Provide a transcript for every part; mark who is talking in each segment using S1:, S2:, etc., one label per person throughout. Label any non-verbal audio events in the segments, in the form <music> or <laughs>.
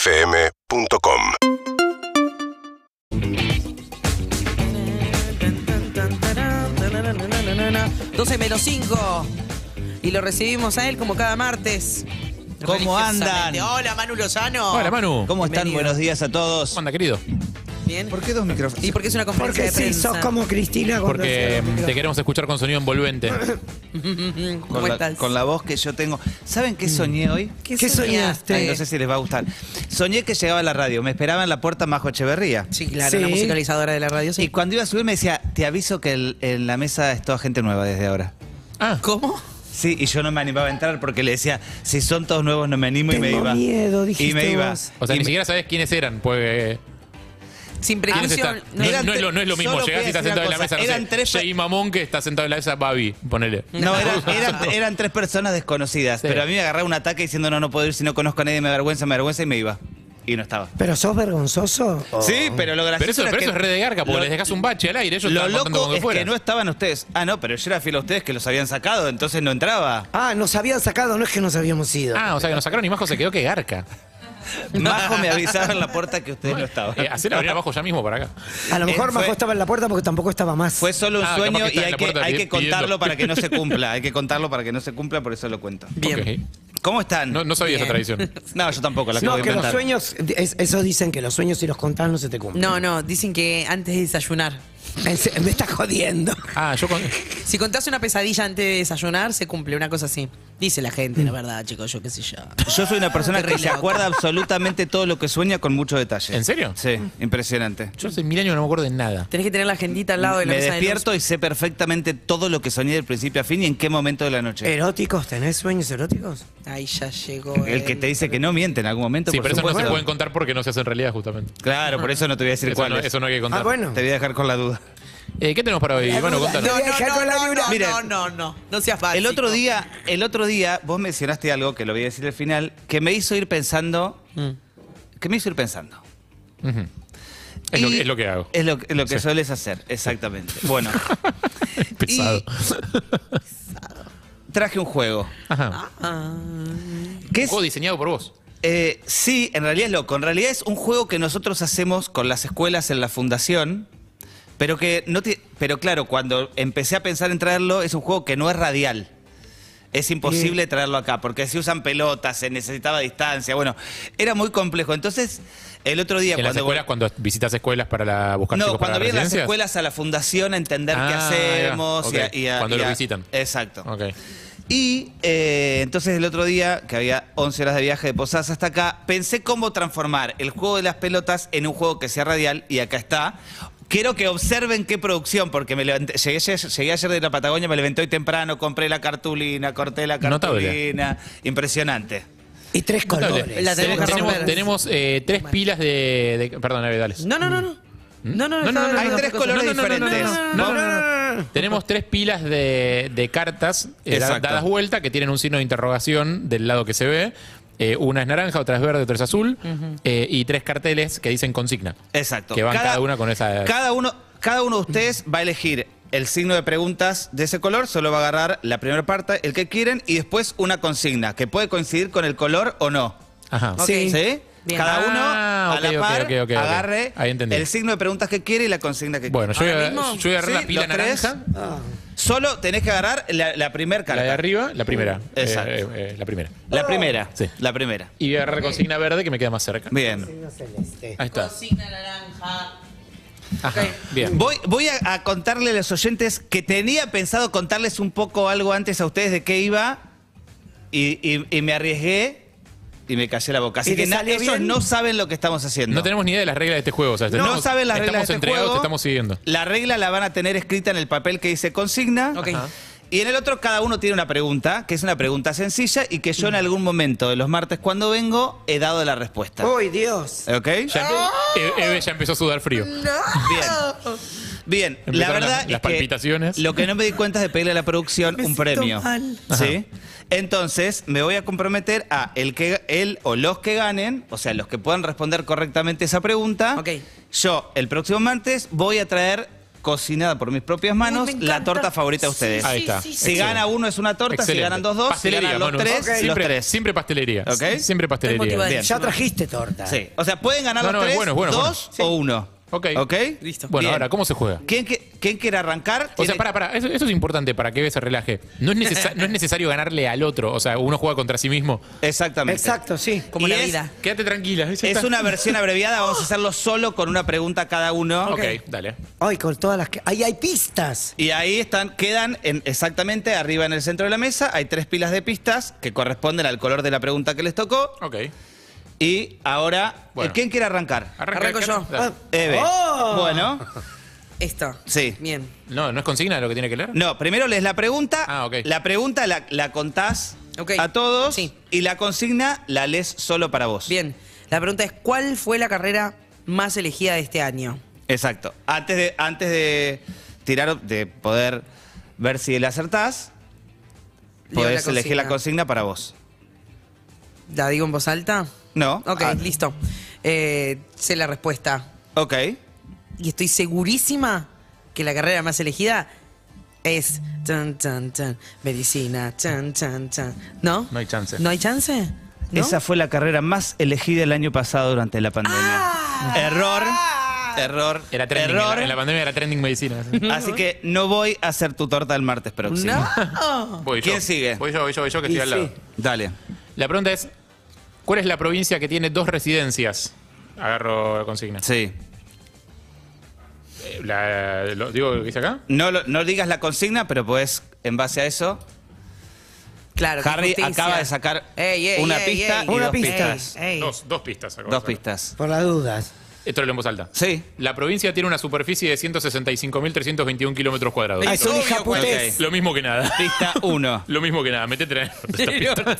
S1: UrbanaPlayFM.com
S2: Na-na-na-na-na-na. 12 menos 5. Y lo recibimos a él como cada martes.
S3: ¿Cómo
S2: Religiosamente.
S3: andan?
S2: Hola, Manu Lozano.
S4: Hola Manu.
S3: Oh. ¿Cómo están?
S2: Bienvenido.
S3: Buenos días a todos.
S4: ¿Cómo anda, querido?
S2: Bien.
S5: ¿Por qué dos micrófonos?
S2: Y porque es una conferencia
S5: Porque
S2: de
S5: sí,
S2: prensa.
S5: sos como Cristina cuando
S4: Porque
S5: hace los
S3: em,
S4: mm, te
S5: micrófonos.
S4: queremos escuchar con sonido
S3: <coughs>
S4: envolvente.
S2: ¿Cómo
S3: Con la,
S2: estás?
S3: con la voz que yo tengo. ¿Saben qué soñé hoy?
S5: Mm. ¿Qué soñaste?
S3: Ay, no sé si les va a gustar. Soñé que llegaba a la radio. Me esperaba en la puerta Majo Echeverría.
S2: Sí, claro,
S5: Sí.
S2: la musicalizadora de la radio.
S3: Y
S2: Sí.
S3: cuando iba a subir me decía, te aviso que el- en la mesa es toda gente nueva desde ahora.
S4: Ah,
S2: ¿Cómo?
S3: Sí, y yo no me animaba a entrar porque le decía, si son todos nuevos no me animo y me
S5: Tengo
S3: iba.
S5: miedo,
S3: y me
S5: dijiste
S3: iba.
S5: vos.
S4: o sea,
S3: Y me-
S4: ni siquiera sabés quiénes eran, pues.
S2: Sin
S4: ¿Quiénes
S2: precaución.
S4: están? No,
S3: Eran
S4: no es lo, no es lo
S3: tre-
S4: mismo.
S3: solo
S4: Llegás y
S3: voy a
S4: estás
S3: decir
S4: sentado en
S3: una
S4: la mesa.
S3: cosa.
S4: No
S3: Eran
S4: sé,
S3: tres-
S4: Jay Mamón que está sentado en la mesa, Babi, ponele.
S3: No,
S4: <laughs>
S3: eran, eran- eran tres personas desconocidas,
S4: Sí.
S3: pero a mí me agarraba un ataque diciendo, no, no puedo ir si no conozco a nadie, me avergüenza, me avergüenza y me iba. Y no estaba.
S5: ¿Pero sos vergonzoso?
S3: Sí, pero lo gracioso
S4: Pero eso,
S3: era
S4: pero
S3: que
S4: eso es re de garca, porque
S3: lo-
S4: les dejas un bache al aire. Ellos
S3: Lo
S4: están contando
S3: loco
S4: con que
S3: es
S4: fuera.
S3: que no estaban ustedes. Ah, no, pero yo era fiel a ustedes que los habían sacado, entonces no entraba.
S5: Ah, nos habían sacado, no es que nos habíamos ido.
S4: Ah, o sea, que nos sacaron y Majo se quedó que
S3: <laughs>
S4: garca.
S3: <laughs> Majo <laughs> me avisaba en la puerta que ustedes no estaban.
S4: Eh, hacer abrir abajo ya mismo para acá.
S5: a lo mejor
S3: eh,
S5: Majo
S3: fue-
S5: estaba en la puerta porque tampoco estaba más.
S3: Fue solo un
S4: Ah, capaz que
S3: sueño
S4: está
S3: y
S4: en
S3: hay
S4: la
S3: que,
S4: puerta
S3: hay que
S4: pidiendo.
S3: contarlo para que no se <laughs> cumpla. Hay que contarlo para que no se cumpla, por eso lo cuento.
S2: Bien.
S4: Ok.
S3: ¿Cómo están?
S4: No, no sabía esa tradición.
S3: <laughs> No, yo tampoco la acabo
S5: no,
S3: de
S5: que los
S3: inventar.
S5: sueños, es- esos dicen que los sueños si los contás no se te cumplen.
S2: No, no, dicen que antes de desayunar.
S5: En se- Me estás jodiendo.
S4: Ah, yo con.
S2: Si contás una pesadilla antes de desayunar, se cumple una cosa así. Dice la gente, la verdad, chicos, yo qué sé yo.
S3: Yo soy una <laughs> persona que
S2: Terrible
S3: se
S2: loco.
S3: acuerda absolutamente todo lo que sueña con mucho detalle.
S4: ¿En serio?
S3: Sí, impresionante.
S4: Yo hace mil años no me acuerdo de nada.
S2: Tenés que tener la agendita al lado de la
S3: Me
S2: mesa de luz.
S3: despierto y sé perfectamente todo lo que soñé del principio a fin y en qué momento de la
S2: Eh,
S3: noche.
S5: ¿Eróticos? ¿Tenés sueños eróticos?
S2: Ahí ya llegó.
S3: El que
S2: él.
S3: te dice que no miente en algún momento.
S4: Sí,
S3: por
S4: pero eso no se
S3: supuesto.
S4: pueden contar porque no se hacen realidad, justamente.
S3: Claro, por eso no te voy a decir
S4: Eso
S3: cuál
S4: no,
S3: es.
S4: eso no hay que contar.
S5: Ah, bueno.
S3: Te voy a dejar con la duda.
S4: Eh, ¿Qué tenemos para hoy?
S5: La
S4: Bueno,
S5: duda.
S4: contanos.
S5: Te
S2: No,
S5: voy a
S2: no,
S5: dejar
S2: no,
S5: con la
S2: no,
S5: vibra.
S2: no,
S3: Miren.
S2: no, no, no. No seas básico.
S3: El otro día, el otro día, vos mencionaste algo que lo voy a decir al final, que me hizo ir pensando. Que me hizo ir pensando.
S4: Ujú. Es, lo
S3: Y
S4: que, es lo que hago.
S3: Es lo, es lo que
S4: Sí.
S3: sueles hacer,
S4: <laughs>
S3: exactamente. Bueno,
S4: Pesado.
S3: traje un juego.
S4: Ajá.
S3: Que
S4: Un
S3: es,
S4: juego diseñado por vos.
S3: eh, sí, en realidad es loco. En realidad es un juego que nosotros hacemos con las escuelas en la fundación. Pero que no ti- Pero claro, cuando empecé a pensar en traerlo, es un juego que no es radial. Es imposible traerlo acá, porque se usan pelotas, se necesitaba distancia. Bueno, era muy complejo. Entonces, el otro día
S4: En las
S3: cuando.
S4: escuelas, cuando visitas escuelas para la, buscar
S3: no,
S4: chicos para
S3: cuando vienen las
S4: residencias.
S3: escuelas a la fundación a entender qué
S4: Ah,
S3: hacemos. y
S4: ya,
S3: a-
S4: ok.
S3: y a-
S4: Cuando
S3: y
S4: lo
S3: a-
S4: visitan.
S3: Exacto.
S4: Ok.
S3: Y eh, entonces el otro día, que había 11 horas de viaje de Posadas hasta acá, pensé cómo transformar el juego de las pelotas en un juego que sea radial, y acá está. Quiero que observen qué producción, porque me levanté- llegué, ayer- llegué ayer de la Patagonia, me levanté hoy temprano, compré la cartulina, corté la
S4: Notable.
S3: cartulina. Impresionante.
S5: Y tres
S4: Notable.
S5: colores.
S2: La tenemos
S4: Ten-
S2: que
S4: tenemos
S2: romper.
S4: tenemos, eh, tres pilas de, de- Perdón, Ave, dale.
S2: No, no, no, no. No, no,
S4: No, no,
S2: estaba
S4: no,
S3: Hay
S2: hablando
S3: tres
S2: otra cosa.
S3: colores
S4: no, no, no, no,
S3: diferentes.
S4: no,
S3: Vos-
S4: Tenemos tres pilas de, de cartas eh, da-
S3: Exacto.
S4: dadas vuelta que tienen un signo de interrogación del lado que se ve. Eh, una es naranja, otra es verde, otra es azul. Eh, y tres carteles que dicen consigna.
S3: Exacto.
S4: Que van cada una con esa-
S3: Cada uno, cada uno de ustedes va a elegir el signo de preguntas de ese color, solo va a agarrar la primera parte, el que quieren, y después una consigna, que puede coincidir con el color o no.
S4: Ajá.
S2: Ok.
S3: ¿Sí?
S2: Bien.
S3: Cada uno
S4: Ah,
S3: a
S4: ok,
S3: la
S4: ok,
S3: par
S4: ok, ok, ok.
S3: agarre
S4: Ahí entendí.
S3: el signo de preguntas que quiere y la consigna que
S4: Bueno, yo voy,
S2: ¿Ahora
S4: a,
S2: mismo?
S4: yo voy a agarrar
S3: Sí,
S4: la pila
S3: los tres.
S4: naranja,
S3: quiere. Solo tenés que agarrar la, primera carta. Mm,
S4: la de arriba, la primera.
S3: Exacto.
S4: Eh, eh, eh, la primera.
S3: La primera.
S4: Sí.
S3: La primera.
S4: Y voy a agarrar consigna verde que me queda más cerca.
S3: Bien.
S5: este.
S4: Ahí está.
S2: Consigna naranja.
S4: Ajá, Bien.
S3: Voy, voy a, a contarle a los oyentes que tenía pensado contarles un poco algo antes a ustedes de qué iba y, y- y me arriesgué y me callé la boca.
S5: ¿Y
S3: Así que
S5: te
S3: na-
S5: salió
S3: ellos
S5: bien?
S3: no saben lo que estamos haciendo.
S4: No tenemos ni idea de las reglas de este juego. O sea,
S3: No
S4: estamos-
S3: saben las reglas
S4: Estamos
S3: de este
S4: entregados,
S3: juego.
S4: te estamos siguiendo.
S3: La regla la van a tener escrita en el papel que dice consigna.
S2: Ok. Ajá.
S3: Y en el otro cada uno tiene una pregunta, que es una pregunta sencilla y que yo en algún momento de los martes cuando vengo he dado la respuesta.
S5: ¡Uy, Dios!
S3: ¿Ok?
S4: Ya,
S2: ¡Ah!
S4: Eve- Eve ya empezó a sudar frío.
S3: Bien. Bien, la verdad.
S4: Empezaron las- las
S3: es que
S4: palpitaciones.
S3: Lo que no me di cuenta es de pedirle a la producción
S2: Me
S3: un
S2: siento
S3: premio.
S2: mal.
S3: ¿Sí? Entonces, me voy a comprometer a el que él o los que ganen, o sea, los que puedan responder correctamente esa pregunta.
S2: Ok.
S3: Yo, el próximo martes, voy a traer cocinada por mis propias manos,
S2: Uy, me
S3: la
S2: encanta.
S3: torta favorita de
S2: Sí,
S3: ustedes.
S4: Ahí
S2: sí,
S4: está.
S2: sí, sí.
S3: Si gana uno es una torta, si
S4: Excelente.
S3: ganan dos, dos, si
S4: Pastelería,
S3: ganan los
S4: Manu.
S3: tres,
S4: siempre,
S3: los tres.
S4: Siempre pastelería.
S3: Ok.
S4: Siempre pastelería.
S2: motivada.
S3: Bien.
S5: Ya trajiste torta.
S3: Sí. O sea, pueden ganar
S4: No,
S3: los
S4: no, es
S3: tres,
S4: bueno, es bueno, es
S3: dos
S4: bueno.
S3: o uno.
S4: Ok.
S3: ¿Ok?
S2: Listo.
S4: Bueno,
S3: Bien.
S4: ahora, ¿cómo se juega?
S3: ¿Quién, que- quién quiere arrancar?
S4: O
S3: Tiene-
S4: sea, para, para, eso, eso es importante para que Eve se relaje. No es, necesa- no es necesario ganarle al otro, o sea, uno juega contra sí mismo.
S3: Exactamente.
S5: Exacto, sí.
S2: Como
S3: Y
S2: la
S3: es-
S2: vida.
S4: Quédate tranquila. ya
S3: Es
S4: está.
S3: una versión abreviada, vamos a hacerlo solo con una pregunta cada uno.
S4: Ok, dale.
S5: Ay, con todas las que. Ahí hay pistas.
S3: Y ahí están, quedan en- exactamente arriba en el centro de la mesa. Hay tres pilas de pistas que corresponden al color de la pregunta que les tocó.
S4: Ok.
S3: Y ahora, eh,
S4: Bueno.
S3: ¿quién quiere arrancar?
S2: Arranco yo.
S3: Ah.
S4: dale.
S3: Eve.
S5: Oh.
S3: Bueno,
S2: Esto.
S3: Sí.
S2: Bien.
S4: No, no es consigna lo que tiene que leer.
S3: no, primero lees la pregunta.
S4: Ah, ok.
S3: La pregunta la, la contás
S2: Ok.
S3: a todos.
S2: Sí.
S3: Y la consigna la lees solo para vos.
S2: Bien. La pregunta es: ¿cuál fue la carrera más elegida de este año?
S3: Exacto. Antes de, antes de tirar, de poder ver si la acertás,
S2: Leo
S3: podés elegir la consigna para vos.
S2: ¿La digo en voz alta?
S3: No.
S2: Ok,
S3: Ah,
S2: listo. Eh, sé la respuesta.
S3: Ok.
S2: Y estoy segurísima que la carrera más elegida es. Chan, chan, chan, medicina, chan, chan, chan. ¿No?
S4: No hay chance.
S2: ¿No hay chance? ¿No?
S3: Esa fue la carrera más elegida el año pasado durante la pandemia.
S2: Ah.
S3: Error. Error.
S4: Era trending. En
S3: error.
S4: la, en la pandemia era trending medicina.
S3: Así que <laughs> no voy a hacer tu torta el martes próximo.
S2: No.
S4: Voy yo.
S3: ¿Quién sigue?
S4: Voy yo, voy yo, voy yo que
S5: Y
S4: estoy al lado.
S5: sí.
S3: Dale.
S4: La pregunta es: ¿cuál es la provincia que tiene dos residencias? Agarro la consigna.
S3: Sí.
S4: Eh, la- lo- ¿Digo lo que dice acá?
S3: No, lo- no digas la consigna, pero podés, en base a eso.
S2: <laughs> Claro, qué
S3: Harry
S2: injusticia.
S3: acaba de sacar
S2: Ey, ey,
S3: una
S2: ey,
S3: pista
S2: ey.
S3: y
S5: Una
S3: dos
S5: pista.
S3: pistas.
S2: Ey, ey.
S4: Dos, dos pistas. acabo de
S3: Dos
S4: sacar.
S3: pistas.
S5: Por las dudas.
S4: Esto lo leo en voz alta.
S3: Sí.
S4: La provincia tiene una superficie de 165.321 kilómetros cuadrados.
S5: Ay,
S2: Es
S5: son
S2: obvio cuál
S5: hijaputés.
S4: Lo mismo que nada. <laughs>
S3: Pista 1.
S4: Lo mismo que nada. Métete
S3: <laughs>
S4: en la-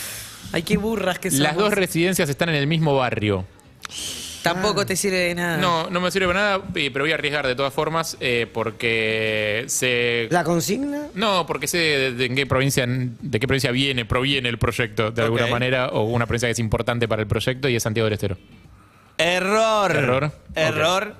S2: <laughs> Ay, qué burras que son.
S4: Las dos residencias están en el mismo barrio.
S2: Tampoco te sirve de nada.
S3: Ah.
S4: No, no me sirve para nada, eh, pero voy a arriesgar de todas formas eh, porque se...
S5: La consigna.
S4: No, porque sé de, de en qué provincia, de qué provincia viene, proviene el proyecto de alguna
S3: Ok.
S4: manera, o una provincia que es importante para el proyecto y es Santiago del Estero.
S3: Error.
S4: Error.
S3: Error.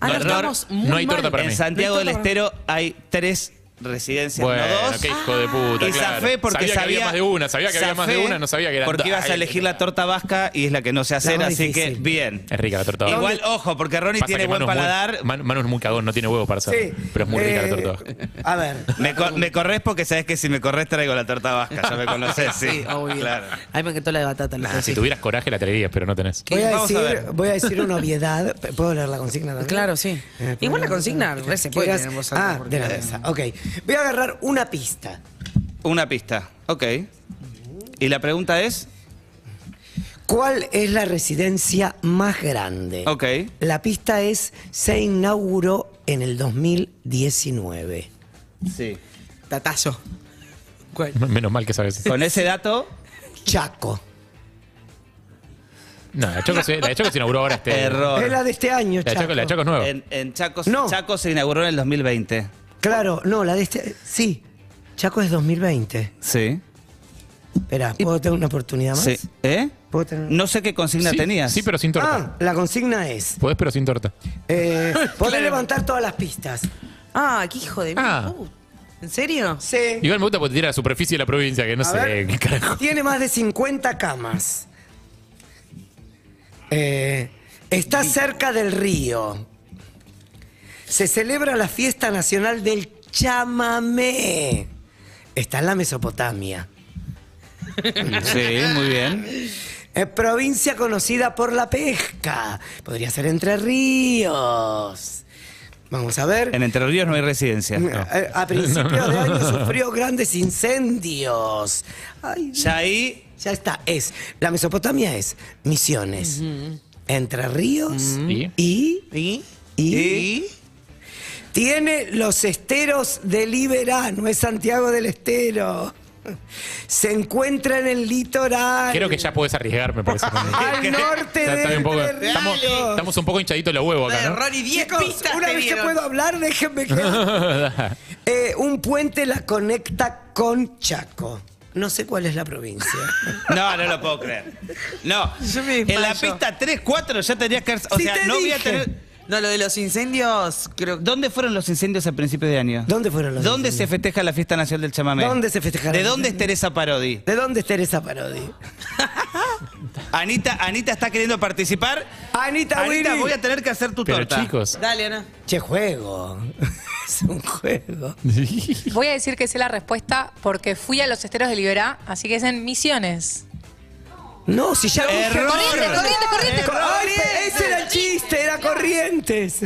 S2: Ah, no,
S3: error.
S2: estamos muy
S4: No hay
S2: mal.
S4: torta para
S3: en
S4: mí.
S3: Santiago
S2: No
S3: del
S2: importa,
S3: Estero hay tres residencias,
S4: Bueno,
S3: no dos.
S4: qué hijo de puta.
S3: Y
S4: claro.
S3: zafé porque
S4: sabía, que había
S3: sabía-
S4: más de una, sabía que había más de
S3: zafé
S4: una, no sabía que era
S3: Porque ibas a elegir la torta vasca y es la que no sé hacer,
S5: más
S3: así que
S5: difícil.
S3: bien.
S4: Es rica la torta. vasca.
S3: Igual, ojo, porque Ronnie
S4: Pasa
S3: tiene
S4: que
S3: buen
S4: Manu es muy-
S3: paladar.
S4: Man- Manu es muy cagón, no tiene huevo para hacerlo. Pero es muy rica
S5: Eh,
S4: la torta. vasca. <laughs>
S5: A ver.
S3: Me, co- me corres porque sabes que si me corres traigo la torta vasca, ya me conoces, sí.
S2: <laughs> Sí, obvio.
S3: <laughs> Claro.
S2: A mí me encantó la de batata. lo
S4: Nah,
S2: que
S4: si
S2: decís.
S4: tuvieras coraje la traerías, pero no tenés.
S5: Voy a,
S3: Vamos a
S5: decir,
S3: ver.
S5: voy a decir una obviedad. ¿Puedo leer la consigna también?
S2: Claro, sí.
S5: Eh,
S2: Igual la
S5: ¿puedo
S2: consigna
S5: leer
S2: re se puede
S5: ¿Quieras?
S2: tener en voz alta,
S5: Ah,
S2: porque-
S5: de la mesa. Ok. Voy a agarrar una pista.
S3: Una pista, ok. Y la pregunta es,
S5: ¿Cuál es la residencia más grande?
S3: ok,
S5: La pista es se inauguró en el 2019.
S3: sí.
S2: Tatazo. ¿Cuál?
S4: Menos mal que sabes.
S3: Con ese dato,
S5: Chaco.
S4: No, la Choco, se, la de Choco se inauguró ahora este.
S5: Es la
S3: <laughs> error.
S5: de este año,
S4: La de
S5: Chaco.
S4: Choco, la de Choco es nueva.
S3: En, en Chaco,
S5: No.
S3: Chaco se inauguró en el 2020.
S5: Claro, no, la de este. Sí. Chaco es 2020.
S3: Sí.
S5: Espera, ¿puedo tener una oportunidad más?
S3: sí. ¿Eh?
S5: ¿Puedo tener-
S3: No sé qué consigna
S4: sí,
S3: tenías.
S4: Sí, pero sin torta.
S5: Ah, la consigna es.
S4: Podés, pero sin torta.
S5: Eh, podés
S2: Claro.
S5: levantar todas las pistas.
S2: Ah, qué hijo de mí.
S4: Ah.
S2: Uh, ¿En serio?
S5: Sí.
S4: Igual me gusta porque tira la superficie de la provincia, que no
S5: A
S4: sé
S5: ver.
S4: qué carajo.
S5: Tiene más de 50 camas. Eh, está cerca del río. Se celebra la fiesta nacional del chamamé. Está en la Mesopotamia.
S3: Sí, muy bien.
S5: Es provincia conocida por la pesca. Podría ser Entre Ríos. Vamos a ver.
S3: En Entre Ríos no hay residencia.
S5: Eh, A, principios de año sufrió grandes incendios. Ay,
S3: Ya ahí,
S5: Ya está, es. La Mesopotamia es Misiones, Entre Ríos
S4: ¿Y?
S5: y,
S2: ¿Y?
S5: y-
S3: ¿Y?
S5: Tiene los esteros de Liberá, no es Santiago del Estero. Se encuentra en el litoral.
S4: Creo que ya podés arriesgar, me parece.
S5: <laughs> Al norte
S4: Está-
S5: de
S4: está bien poco-
S5: Entre Ríos.
S4: estamos, estamos un poco hinchaditos los huevos acá, ¿no?
S2: Ronnie, 10
S5: Chicos,
S2: pistas
S5: una
S2: te
S5: vez que
S2: dieron.
S5: puedo hablar, déjenme que...
S2: <laughs>
S5: Eh, un puente la conecta con Chaco. No sé cuál es
S2: <laughs>
S5: la provincia.
S3: No, no lo puedo creer. No.
S2: Yo me
S3: en la
S2: desmayo.
S3: pista 3, 4 ya tenías que. O
S5: Sí,
S3: sea,
S5: te
S3: no voy a
S5: dije.
S3: tener.
S2: No, lo de los incendios, creo que.
S3: ¿Dónde fueron los incendios a principios de año?
S5: ¿Dónde fueron los
S3: ¿Dónde se
S5: incendios?
S3: festeja la fiesta nacional del chamamé?
S5: ¿Dónde se festeja la
S3: ¿De
S5: fiesta?
S3: dónde es Teresa Parodi?
S5: ¿De dónde es Teresa Parodi?
S3: Anita, Anita está queriendo participar.
S5: Anita,
S3: Anita,
S5: Willy.
S3: voy a tener que hacer tu
S4: Pero
S3: torta.
S4: chicos.
S2: Dale, Ana.
S5: Che, juego. <laughs> es un juego.
S6: Voy a decir que sé la respuesta porque fui a los esteros de Liberá, así que es en Misiones.
S5: No, si ya lo dije.
S3: Error.
S6: Corrientes, corrientes, corrientes.
S5: Cor- Ay, pe- ese era el chiste, era Corrientes.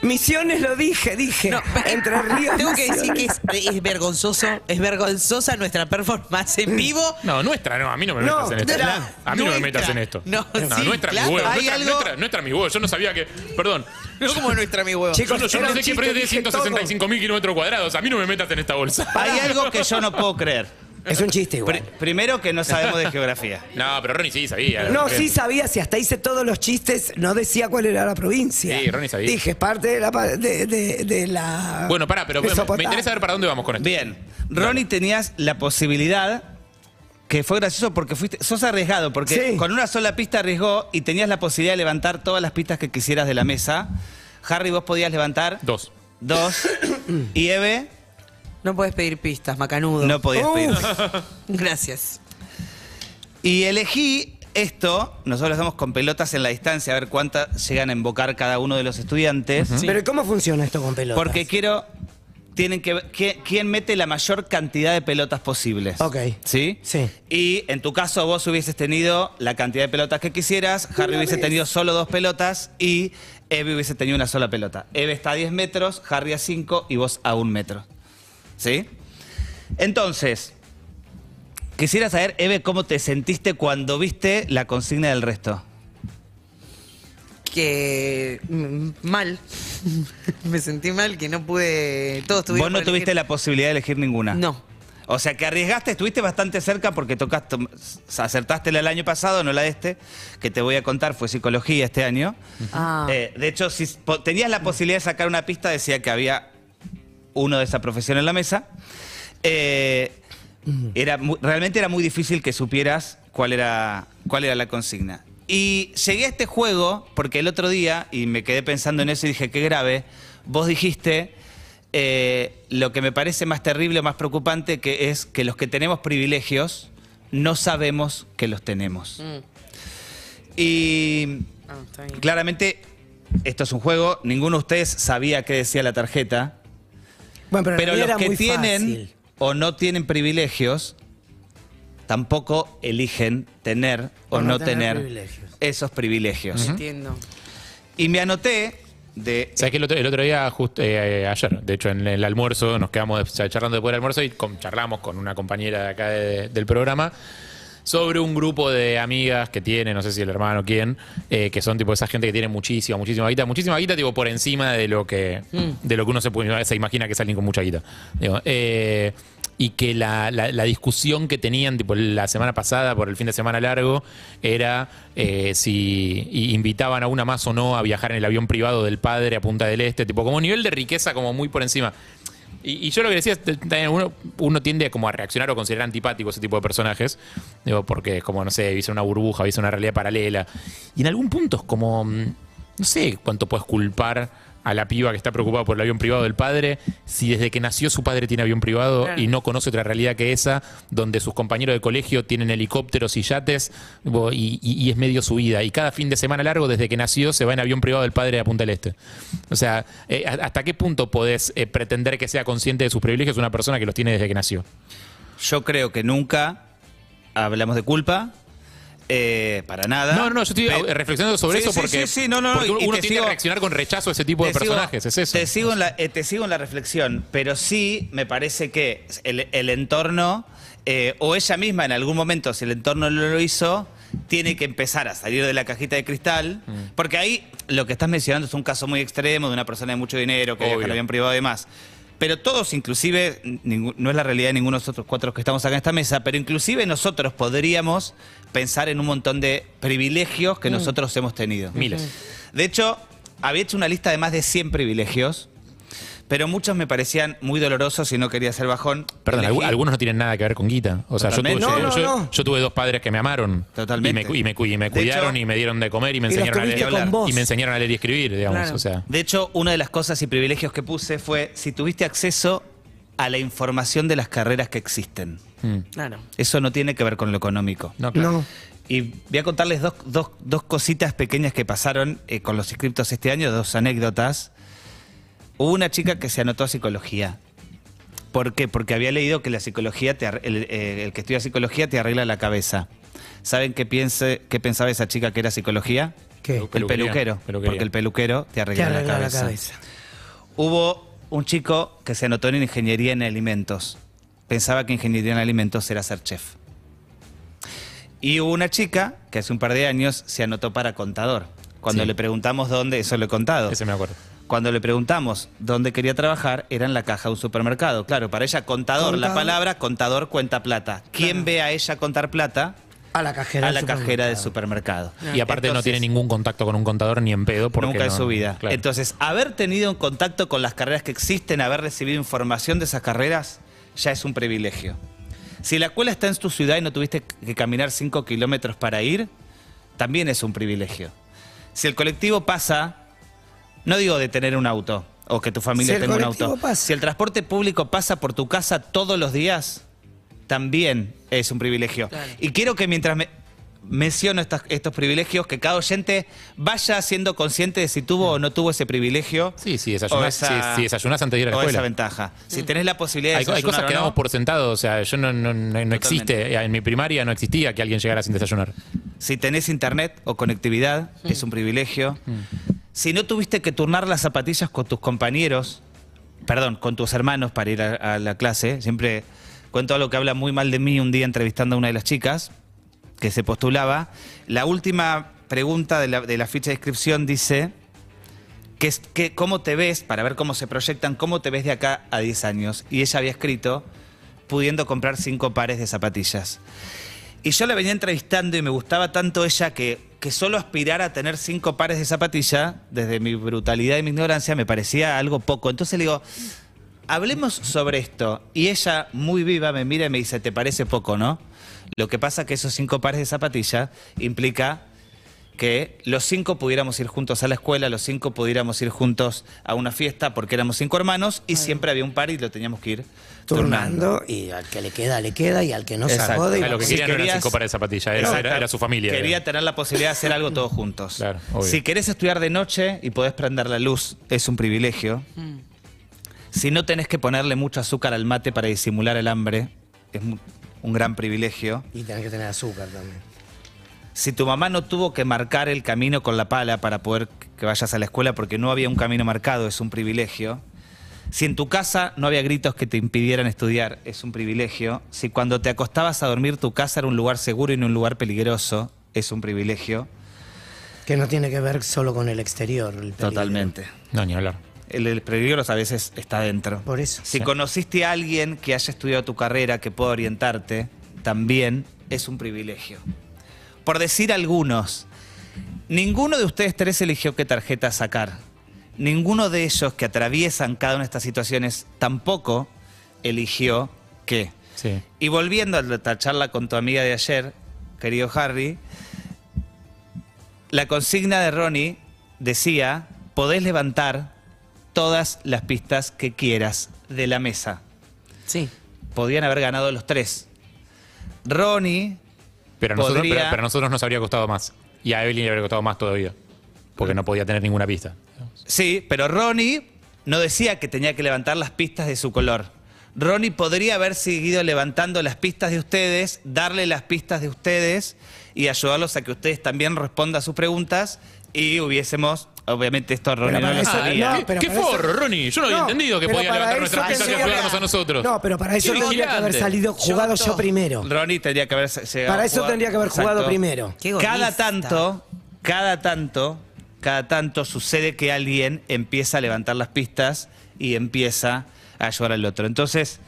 S5: Misiones lo dije, dije.
S2: No, eh,
S3: <laughs>
S5: Entre
S2: <laughs>
S5: Ríos.
S2: Tengo que decir
S5: Misiones.
S2: que es, es vergonzoso, es vergonzosa nuestra performance en <laughs> vivo.
S4: No, nuestra no, a mí no me
S5: No,
S4: metas en esto.
S5: la-
S4: a mí no
S2: nuestra.
S4: me metas en esto.
S2: No, sí,
S4: nuestra
S2: claro.
S4: mi huevo.
S2: Hay
S4: Nuestra,
S2: algo-
S4: nuestra- nuestra mi huevo. Yo no sabía que. Perdón.
S2: No como nuestra mi huevo.
S4: Yo
S5: Chicos,
S4: no, yo
S5: era
S4: no
S5: un
S4: sé que
S5: chiste,
S4: prende
S5: dije
S4: 165 mil kilómetros cuadrados. A mí no me metas en esta bolsa.
S3: Hay algo que yo no puedo creer.
S5: todo. Es un chiste igual.
S3: Pr- primero que no sabemos de geografía.
S4: No, pero Ronnie sí sabía.
S5: No,
S4: Bien.
S5: sí sabía, si hasta hice todos los chistes, no decía cuál era la provincia.
S4: Sí, Ronnie sabía.
S5: Dije, es parte de la... pa- De, de- de la
S4: Bueno, pará, pero me, me
S5: Mesopotamia.
S4: interesa ver para dónde vamos con esto.
S3: Bien, Ronnie tenías la posibilidad, que fue gracioso porque fuiste, sos arriesgado, porque
S5: Sí.
S3: con una sola pista arriesgó y tenías la posibilidad de levantar todas las pistas que quisieras de la mesa. Harry, vos podías levantar
S4: Dos.
S3: dos y Eve
S2: No puedes pedir pistas, macanudo. Oh.
S3: no
S5: Uh.
S3: podías pedir.
S2: <laughs> Gracias.
S3: Y elegí esto, nosotros lo hacemos con pelotas en la distancia, a ver cuántas llegan a invocar cada uno de los estudiantes.
S5: Pero ¿cómo funciona esto con pelotas?
S3: Porque quiero. Tienen que ver qui- quién mete la mayor cantidad de pelotas posibles.
S5: Ok.
S3: ¿Sí?
S5: Sí.
S3: Y en tu caso, vos hubieses tenido la cantidad de pelotas que quisieras, Harry hubiese tenido solo dos pelotas y Eve hubiese tenido una sola pelota. Eve está a 10 metros, Harry a 5 y vos a 1 metro. ¿Sí? Entonces, quisiera saber, Eve, cómo te sentiste cuando viste la consigna del resto.
S2: Que. mm, mal. <laughs> Me sentí mal, que no pude. Todos
S3: Vos
S2: tuvieron.
S3: no
S2: que
S3: tuviste
S2: elegir.
S3: la posibilidad de elegir ninguna.
S2: No.
S3: O sea que arriesgaste, estuviste bastante cerca porque tocaste, acertaste la del año pasado, no la de este, que te voy a contar, fue psicología este año.
S2: Ah.
S3: Eh, de hecho, si po- tenías la posibilidad de sacar una pista, decía que había uno de esa profesión en la mesa. Eh, era mu- realmente era muy difícil que supieras cuál era, cuál era la consigna. Y llegué a este juego porque el otro día, y me quedé pensando en eso y dije, qué grave, vos dijiste eh, lo que me parece más terrible, más preocupante, que es que los que tenemos privilegios no sabemos que los tenemos. Y
S2: Ah, está bien.
S3: claramente esto es un juego, ninguno de ustedes sabía qué decía la tarjeta.
S5: Bueno, pero,
S3: Pero
S5: la mía
S3: los
S5: era
S3: que
S5: muy
S3: tienen
S5: fácil.
S3: o no tienen privilegios, tampoco eligen tener o,
S5: O
S3: no,
S5: no tener
S3: tener
S5: privilegios.
S3: esos privilegios.
S2: Entiendo.
S3: Y me anoté de...
S4: ¿Sabes que el otro, el otro día, justo eh, eh, ayer, de hecho, en el almuerzo, nos quedamos des- charlando después del almuerzo y con- charlamos con una compañera de acá de- del programa sobre un grupo de amigas que tiene, no sé si el hermano o quién, eh, que son tipo esa gente que tiene muchísima, muchísima guita, muchísima guita, tipo por encima de lo que, de lo que uno se, puede- se imagina que salen con mucha guita. Digo, eh, y que la, la- la discusión que tenían tipo la semana pasada por el fin de semana largo era eh, si i- invitaban a una más o no a viajar en el avión privado del padre a Punta del Este, tipo como nivel de riqueza como muy por encima. Y, y yo lo que decía es, t- también uno, uno tiende como a reaccionar o considerar antipático ese tipo de personajes, digo, porque es como, no sé, vivís en una burbuja, vivís en una realidad paralela. Y en algún punto es como, mm, no sé cuánto puedes culpar a la piba que está preocupada por el avión privado del padre, si desde que nació su padre tiene avión privado
S2: Claro.
S4: y no conoce otra realidad que esa, donde sus compañeros de colegio tienen helicópteros y yates, digo, y, y- y es medio su vida. Y cada fin de semana largo, desde que nació, se va en avión privado del padre a Punta del Este. O sea, eh, a- ¿hasta qué punto podés eh, pretender que sea consciente de sus privilegios una persona que los tiene desde que nació?
S3: Yo creo que nunca hablamos de culpa. eh, para nada.
S4: No, no, no, yo estoy
S3: Pe-
S4: eh, reflexionando sobre
S3: Sí,
S4: eso
S3: sí,
S4: porque,
S3: sí, sí, no, no, no,
S4: porque
S3: y-
S4: uno
S3: y
S4: tiende
S3: te
S4: a
S3: sigo-
S4: reaccionar con rechazo a ese tipo de
S3: Te sigo-
S4: personajes, es eso.
S3: Te sigo, en la, eh, te sigo en la reflexión, pero sí me parece que el, el entorno, eh, o ella misma en algún momento, si el entorno no lo hizo, tiene que empezar a salir de la cajita de cristal,
S4: Mm.
S3: porque ahí lo que estás mencionando es un caso muy extremo de una persona de mucho dinero que
S4: Obvio.
S3: viaja en avión privado y demás. Pero todos, inclusive, ningú- no es la realidad de ninguno de nosotros cuatro que estamos acá en esta mesa, pero inclusive nosotros podríamos pensar en un montón de privilegios que nosotros hemos tenido.
S4: Miles.
S3: De hecho, había hecho una lista de más de 100 privilegios, pero muchos me parecían muy dolorosos y no quería ser bajón.
S4: Perdón,
S3: Elegí-
S4: algu- algunos no tienen nada que ver con guita. O sea, yo tuve,
S3: Totalmente.
S4: yo,
S5: No, no,
S4: yo-
S5: no.
S4: yo tuve dos padres que me amaron.
S3: Totalmente.
S4: Y me, cu- y me, cu- y me
S3: De
S4: cuidaron
S3: hecho-
S4: y me dieron de comer y me
S5: Y los
S4: enseñaron a
S5: tuviste
S4: leer.
S5: con
S4: hablar.
S5: vos.
S4: Y me enseñaron a leer y escribir, digamos.
S2: Claro.
S4: O sea,
S3: De hecho, una de las cosas y privilegios que puse fue si tuviste acceso a la información de las carreras que existen.
S4: mm.
S2: Claro.
S3: Eso no tiene que ver con lo económico.
S4: no, claro.
S5: No.
S3: Y voy a contarles dos, dos- dos cositas pequeñas que pasaron eh, con los inscriptos este año, dos anécdotas. Hubo una chica que se anotó a psicología. ¿Por qué? Porque había leído que la psicología te ar- el, eh, el que estudia psicología te arregla la cabeza. ¿Saben qué, piense, qué pensaba esa chica que era psicología?
S5: ¿Qué?
S3: El
S4: Peluquería,
S3: peluquero.
S4: peluquería.
S3: Porque el peluquero te
S5: Te
S3: arregla,
S5: arregla la cabeza.
S3: Hubo un chico que se anotó en ingeniería en alimentos. Pensaba que ingeniería en alimentos era ser chef. Y hubo una chica que hace un par de años se anotó para contador. Cuando
S4: Sí.
S3: le preguntamos dónde, eso lo he contado.
S4: Ese me acuerdo.
S3: Cuando le preguntamos dónde quería trabajar, era en la caja de un supermercado. Claro, para ella contador, la
S5: Contador.
S3: palabra contador cuenta plata. ¿Quién ve a ella contar plata?
S5: A la cajera
S3: A la
S5: del
S3: cajera del
S5: supermercado.
S3: supermercado.
S4: Y aparte no
S3: Entonces,
S4: tiene ningún contacto con un contador ni en pedo. Porque
S3: nunca en
S4: no-
S3: su vida.
S4: claro.
S3: Entonces, haber tenido un contacto con las carreras que existen, haber recibido información de esas carreras, ya es un privilegio. Si la escuela está en tu ciudad y no tuviste que caminar 5 kilómetros para ir, también es un privilegio. Si el colectivo pasa, no digo de tener un auto o que tu familia
S5: Si el
S3: tenga un
S5: colectivo
S3: auto.
S5: pasa.
S3: Si el transporte público pasa por tu casa todos los días, también es un privilegio.
S2: Claro.
S3: Y quiero que mientras me menciono estas- estos privilegios, que cada oyente vaya siendo consciente de si tuvo o no tuvo ese privilegio.
S4: Sí, sí, desayunás- sí, sí, desayunás antes de ir a la
S3: o
S4: escuela.
S3: esa ventaja. Si tenés la posibilidad de
S4: Hay, co- hay
S3: desayunar
S4: cosas
S3: o
S4: que
S3: no,
S4: damos por sentado, o sea, yo no, no, no- no existe, eh, en mi primaria no existía que alguien llegara sin desayunar.
S3: Si tenés internet o conectividad, es un privilegio. Si no tuviste que turnar las zapatillas con tus compañeros, perdón, con tus hermanos para ir a, a la clase, siempre cuento algo que habla muy mal de mí un día entrevistando a una de las chicas que se postulaba. La última pregunta de la, de la ficha de inscripción dice, que, es- que- ¿cómo te ves, para ver cómo se proyectan, cómo te ves de acá a 10 años? Y ella había escrito, pudiendo comprar cinco pares de zapatillas. Y yo la venía entrevistando y me gustaba tanto ella que, que solo aspirar a tener cinco pares de zapatilla, desde mi brutalidad y mi ignorancia, me parecía algo poco. Entonces le digo, hablemos sobre esto. Y ella, muy viva, me mira y me dice, ¿te parece poco, no? Lo que pasa que esos cinco pares de zapatilla implica que los cinco pudiéramos ir juntos a la escuela, los cinco pudiéramos ir juntos a una fiesta porque éramos cinco hermanos y siempre había un par y lo teníamos que ir turnando.
S5: Turnando y al que le queda, le queda y al que no se
S3: Exacto.
S5: jode. y
S4: Ah, lo
S5: vamos.
S4: que
S3: Si
S4: quería no eran
S3: querías-
S4: cinco pares de zapatillas, era, era- era su familia.
S3: Quería
S4: digamos.
S3: tener la posibilidad de hacer algo todos juntos.
S4: <laughs> Claro, obvio.
S3: si querés estudiar de noche y podés prender la luz, es un privilegio. Si no tenés que ponerle mucho azúcar al mate para disimular el hambre, es mu- un gran privilegio.
S5: Y tenés que tener azúcar también.
S3: Si tu mamá no tuvo que marcar el camino con la pala para poder que vayas a la escuela porque no había un camino marcado, es un privilegio. Si en tu casa no había gritos que te impidieran estudiar, es un privilegio. Si cuando te acostabas a dormir tu casa era un lugar seguro y no un lugar peligroso, es un privilegio.
S5: Que no tiene que ver solo con el exterior. el peligro.
S3: Totalmente.
S4: No, ni hablar.
S3: El, el peligro a veces está dentro.
S5: Por eso.
S3: Si conociste a alguien que haya estudiado tu carrera, que pueda orientarte, también es un privilegio. Por decir algunos, ninguno de ustedes tres eligió qué tarjeta sacar. Ninguno de ellos que atraviesan cada una de estas situaciones tampoco eligió qué.
S4: Sí.
S3: Y volviendo a la charla con tu amiga de ayer, querido Harry, la consigna de Ronnie decía, podés levantar todas las pistas que quieras de la mesa.
S2: Sí.
S3: Podían haber ganado los tres. Ronnie,
S4: Pero a nosotros,
S3: Podría-
S4: pero, pero a nosotros nos habría costado más. Y a Evelyn le habría costado más todavía. Porque no podía tener ninguna pista.
S3: sí, pero Ronnie no decía que tenía que levantar las pistas de su color. Ronnie podría haber seguido levantando las pistas de ustedes, darle las pistas de ustedes y ayudarlos a que ustedes también respondan a sus preguntas y hubiésemos, obviamente esto Ronnie
S5: para
S3: no lo
S5: eso-
S4: Ah,
S3: sabía.
S5: no, pero
S4: ¿Qué
S5: para
S4: forro,
S5: eso-
S4: Ronnie? Yo no había entendido que
S5: pero
S4: podía
S5: para
S4: levantar
S5: eso
S4: nuestras pistas y
S5: tendría que-
S4: ayudarnos a nosotros.
S5: No, pero para eso
S4: Qué
S5: tendría que haber
S4: vigilante.
S5: salido jugado yo, primero.
S3: Ronnie tendría que haber se- llegado
S5: Para
S3: a
S5: eso
S3: jugar.
S5: tendría que haber jugado
S3: Exacto.
S5: primero.
S2: Qué egoísta.
S3: Cada tanto, cada tanto, cada tanto sucede que alguien empieza a levantar las pistas y empieza a ayudar al otro. Entonces,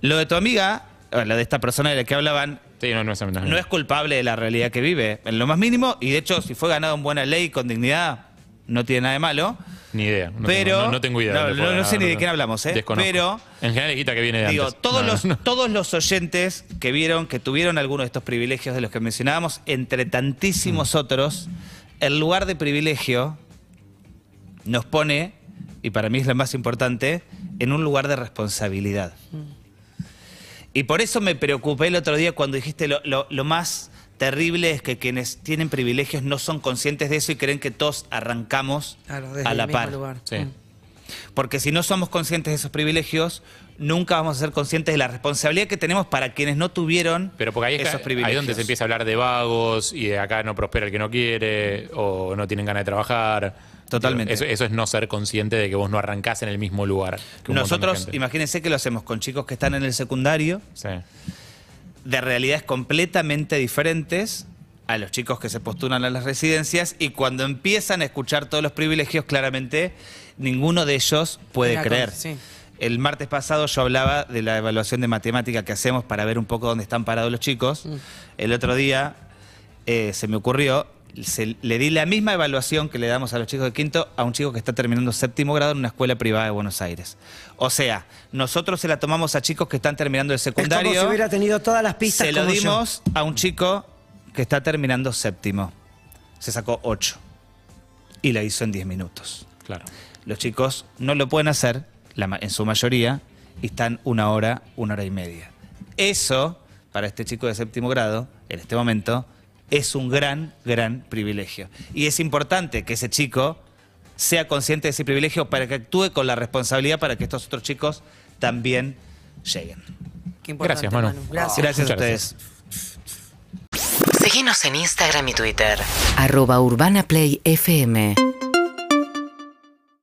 S3: lo de tu amiga, o lo de esta persona de la que hablaban,
S4: Sí, no, no es- no es-
S3: no es culpable de la realidad que vive, en lo más mínimo, y de hecho, si fue ganado en buena ley, con dignidad, no tiene nada de malo.
S4: Ni idea. No
S3: Pero.
S4: tengo, no, no tengo idea.
S3: No,
S4: dónde
S3: no-
S4: puedo
S3: no
S4: ganar,
S3: sé ni de
S4: perdón.
S3: quién hablamos, ¿eh?
S4: Desconozco.
S3: Pero-
S4: En general es guita que viene de
S3: Digo,
S4: antes.
S3: todos,
S4: No,
S3: los,
S4: no.
S3: todos los oyentes que vieron, que tuvieron alguno de estos privilegios de los que mencionábamos, entre tantísimos otros, el lugar de privilegio nos pone, y para mí es lo más importante, en un lugar de responsabilidad. Y por eso me preocupé el otro día cuando dijiste lo, lo- lo más terrible es que quienes tienen privilegios no son conscientes de eso y creen que todos arrancamos
S2: Claro, desde
S3: a la
S2: el mismo
S3: par.
S2: lugar.
S4: Sí.
S2: Mm.
S3: Porque si no somos conscientes de esos privilegios, nunca vamos a ser conscientes de la responsabilidad que tenemos para quienes no tuvieron
S4: Pero porque ahí es,
S3: esos
S4: que-
S3: privilegios.
S4: ahí es donde se empieza a hablar de vagos y de acá no prospera el que no quiere o no tienen ganas de trabajar.
S3: Totalmente.
S4: Eso, eso es no ser consciente de que vos no arrancás en el mismo lugar. que un montón de
S3: Nosotros,
S4: gente.
S3: imagínense que lo hacemos con chicos que están en el secundario,
S4: Sí.
S3: de realidades completamente diferentes a los chicos que se postulan a las residencias y cuando empiezan a escuchar todos los privilegios, claramente ninguno de ellos puede
S2: Era con-
S3: creer.
S2: sí.
S3: El martes pasado yo hablaba de la evaluación de matemática que hacemos para ver un poco dónde están parados los
S5: Mm.
S3: chicos. El otro día eh, se me ocurrió, se- le di la misma evaluación que le damos a los chicos de quinto a un chico que está terminando séptimo grado en una escuela privada de Buenos Aires. O sea, nosotros se la tomamos a chicos que están terminando el
S5: Es
S3: secundario.
S5: como si hubiera tenido todas las pistas
S3: Se lo
S5: como yo.
S3: dimos a un chico que está terminando séptimo. Se sacó 8 y la hizo en 10 minutos.
S4: Claro.
S3: Los chicos no lo pueden hacer, la ma- en su mayoría, y están una hora, una hora y media. Eso, para este chico de séptimo grado, en este momento, es un gran, gran privilegio. Y es importante que ese chico sea consciente de ese privilegio para que actúe con la responsabilidad para que estos otros chicos también lleguen.
S2: Qué importante,
S4: Gracias, Manu.
S2: Gracias.
S3: Gracias a
S4: Muchas
S3: ustedes.
S4: gracias.
S7: Seguinos en Instagram y Twitter.
S8: arroba urbanaplayfm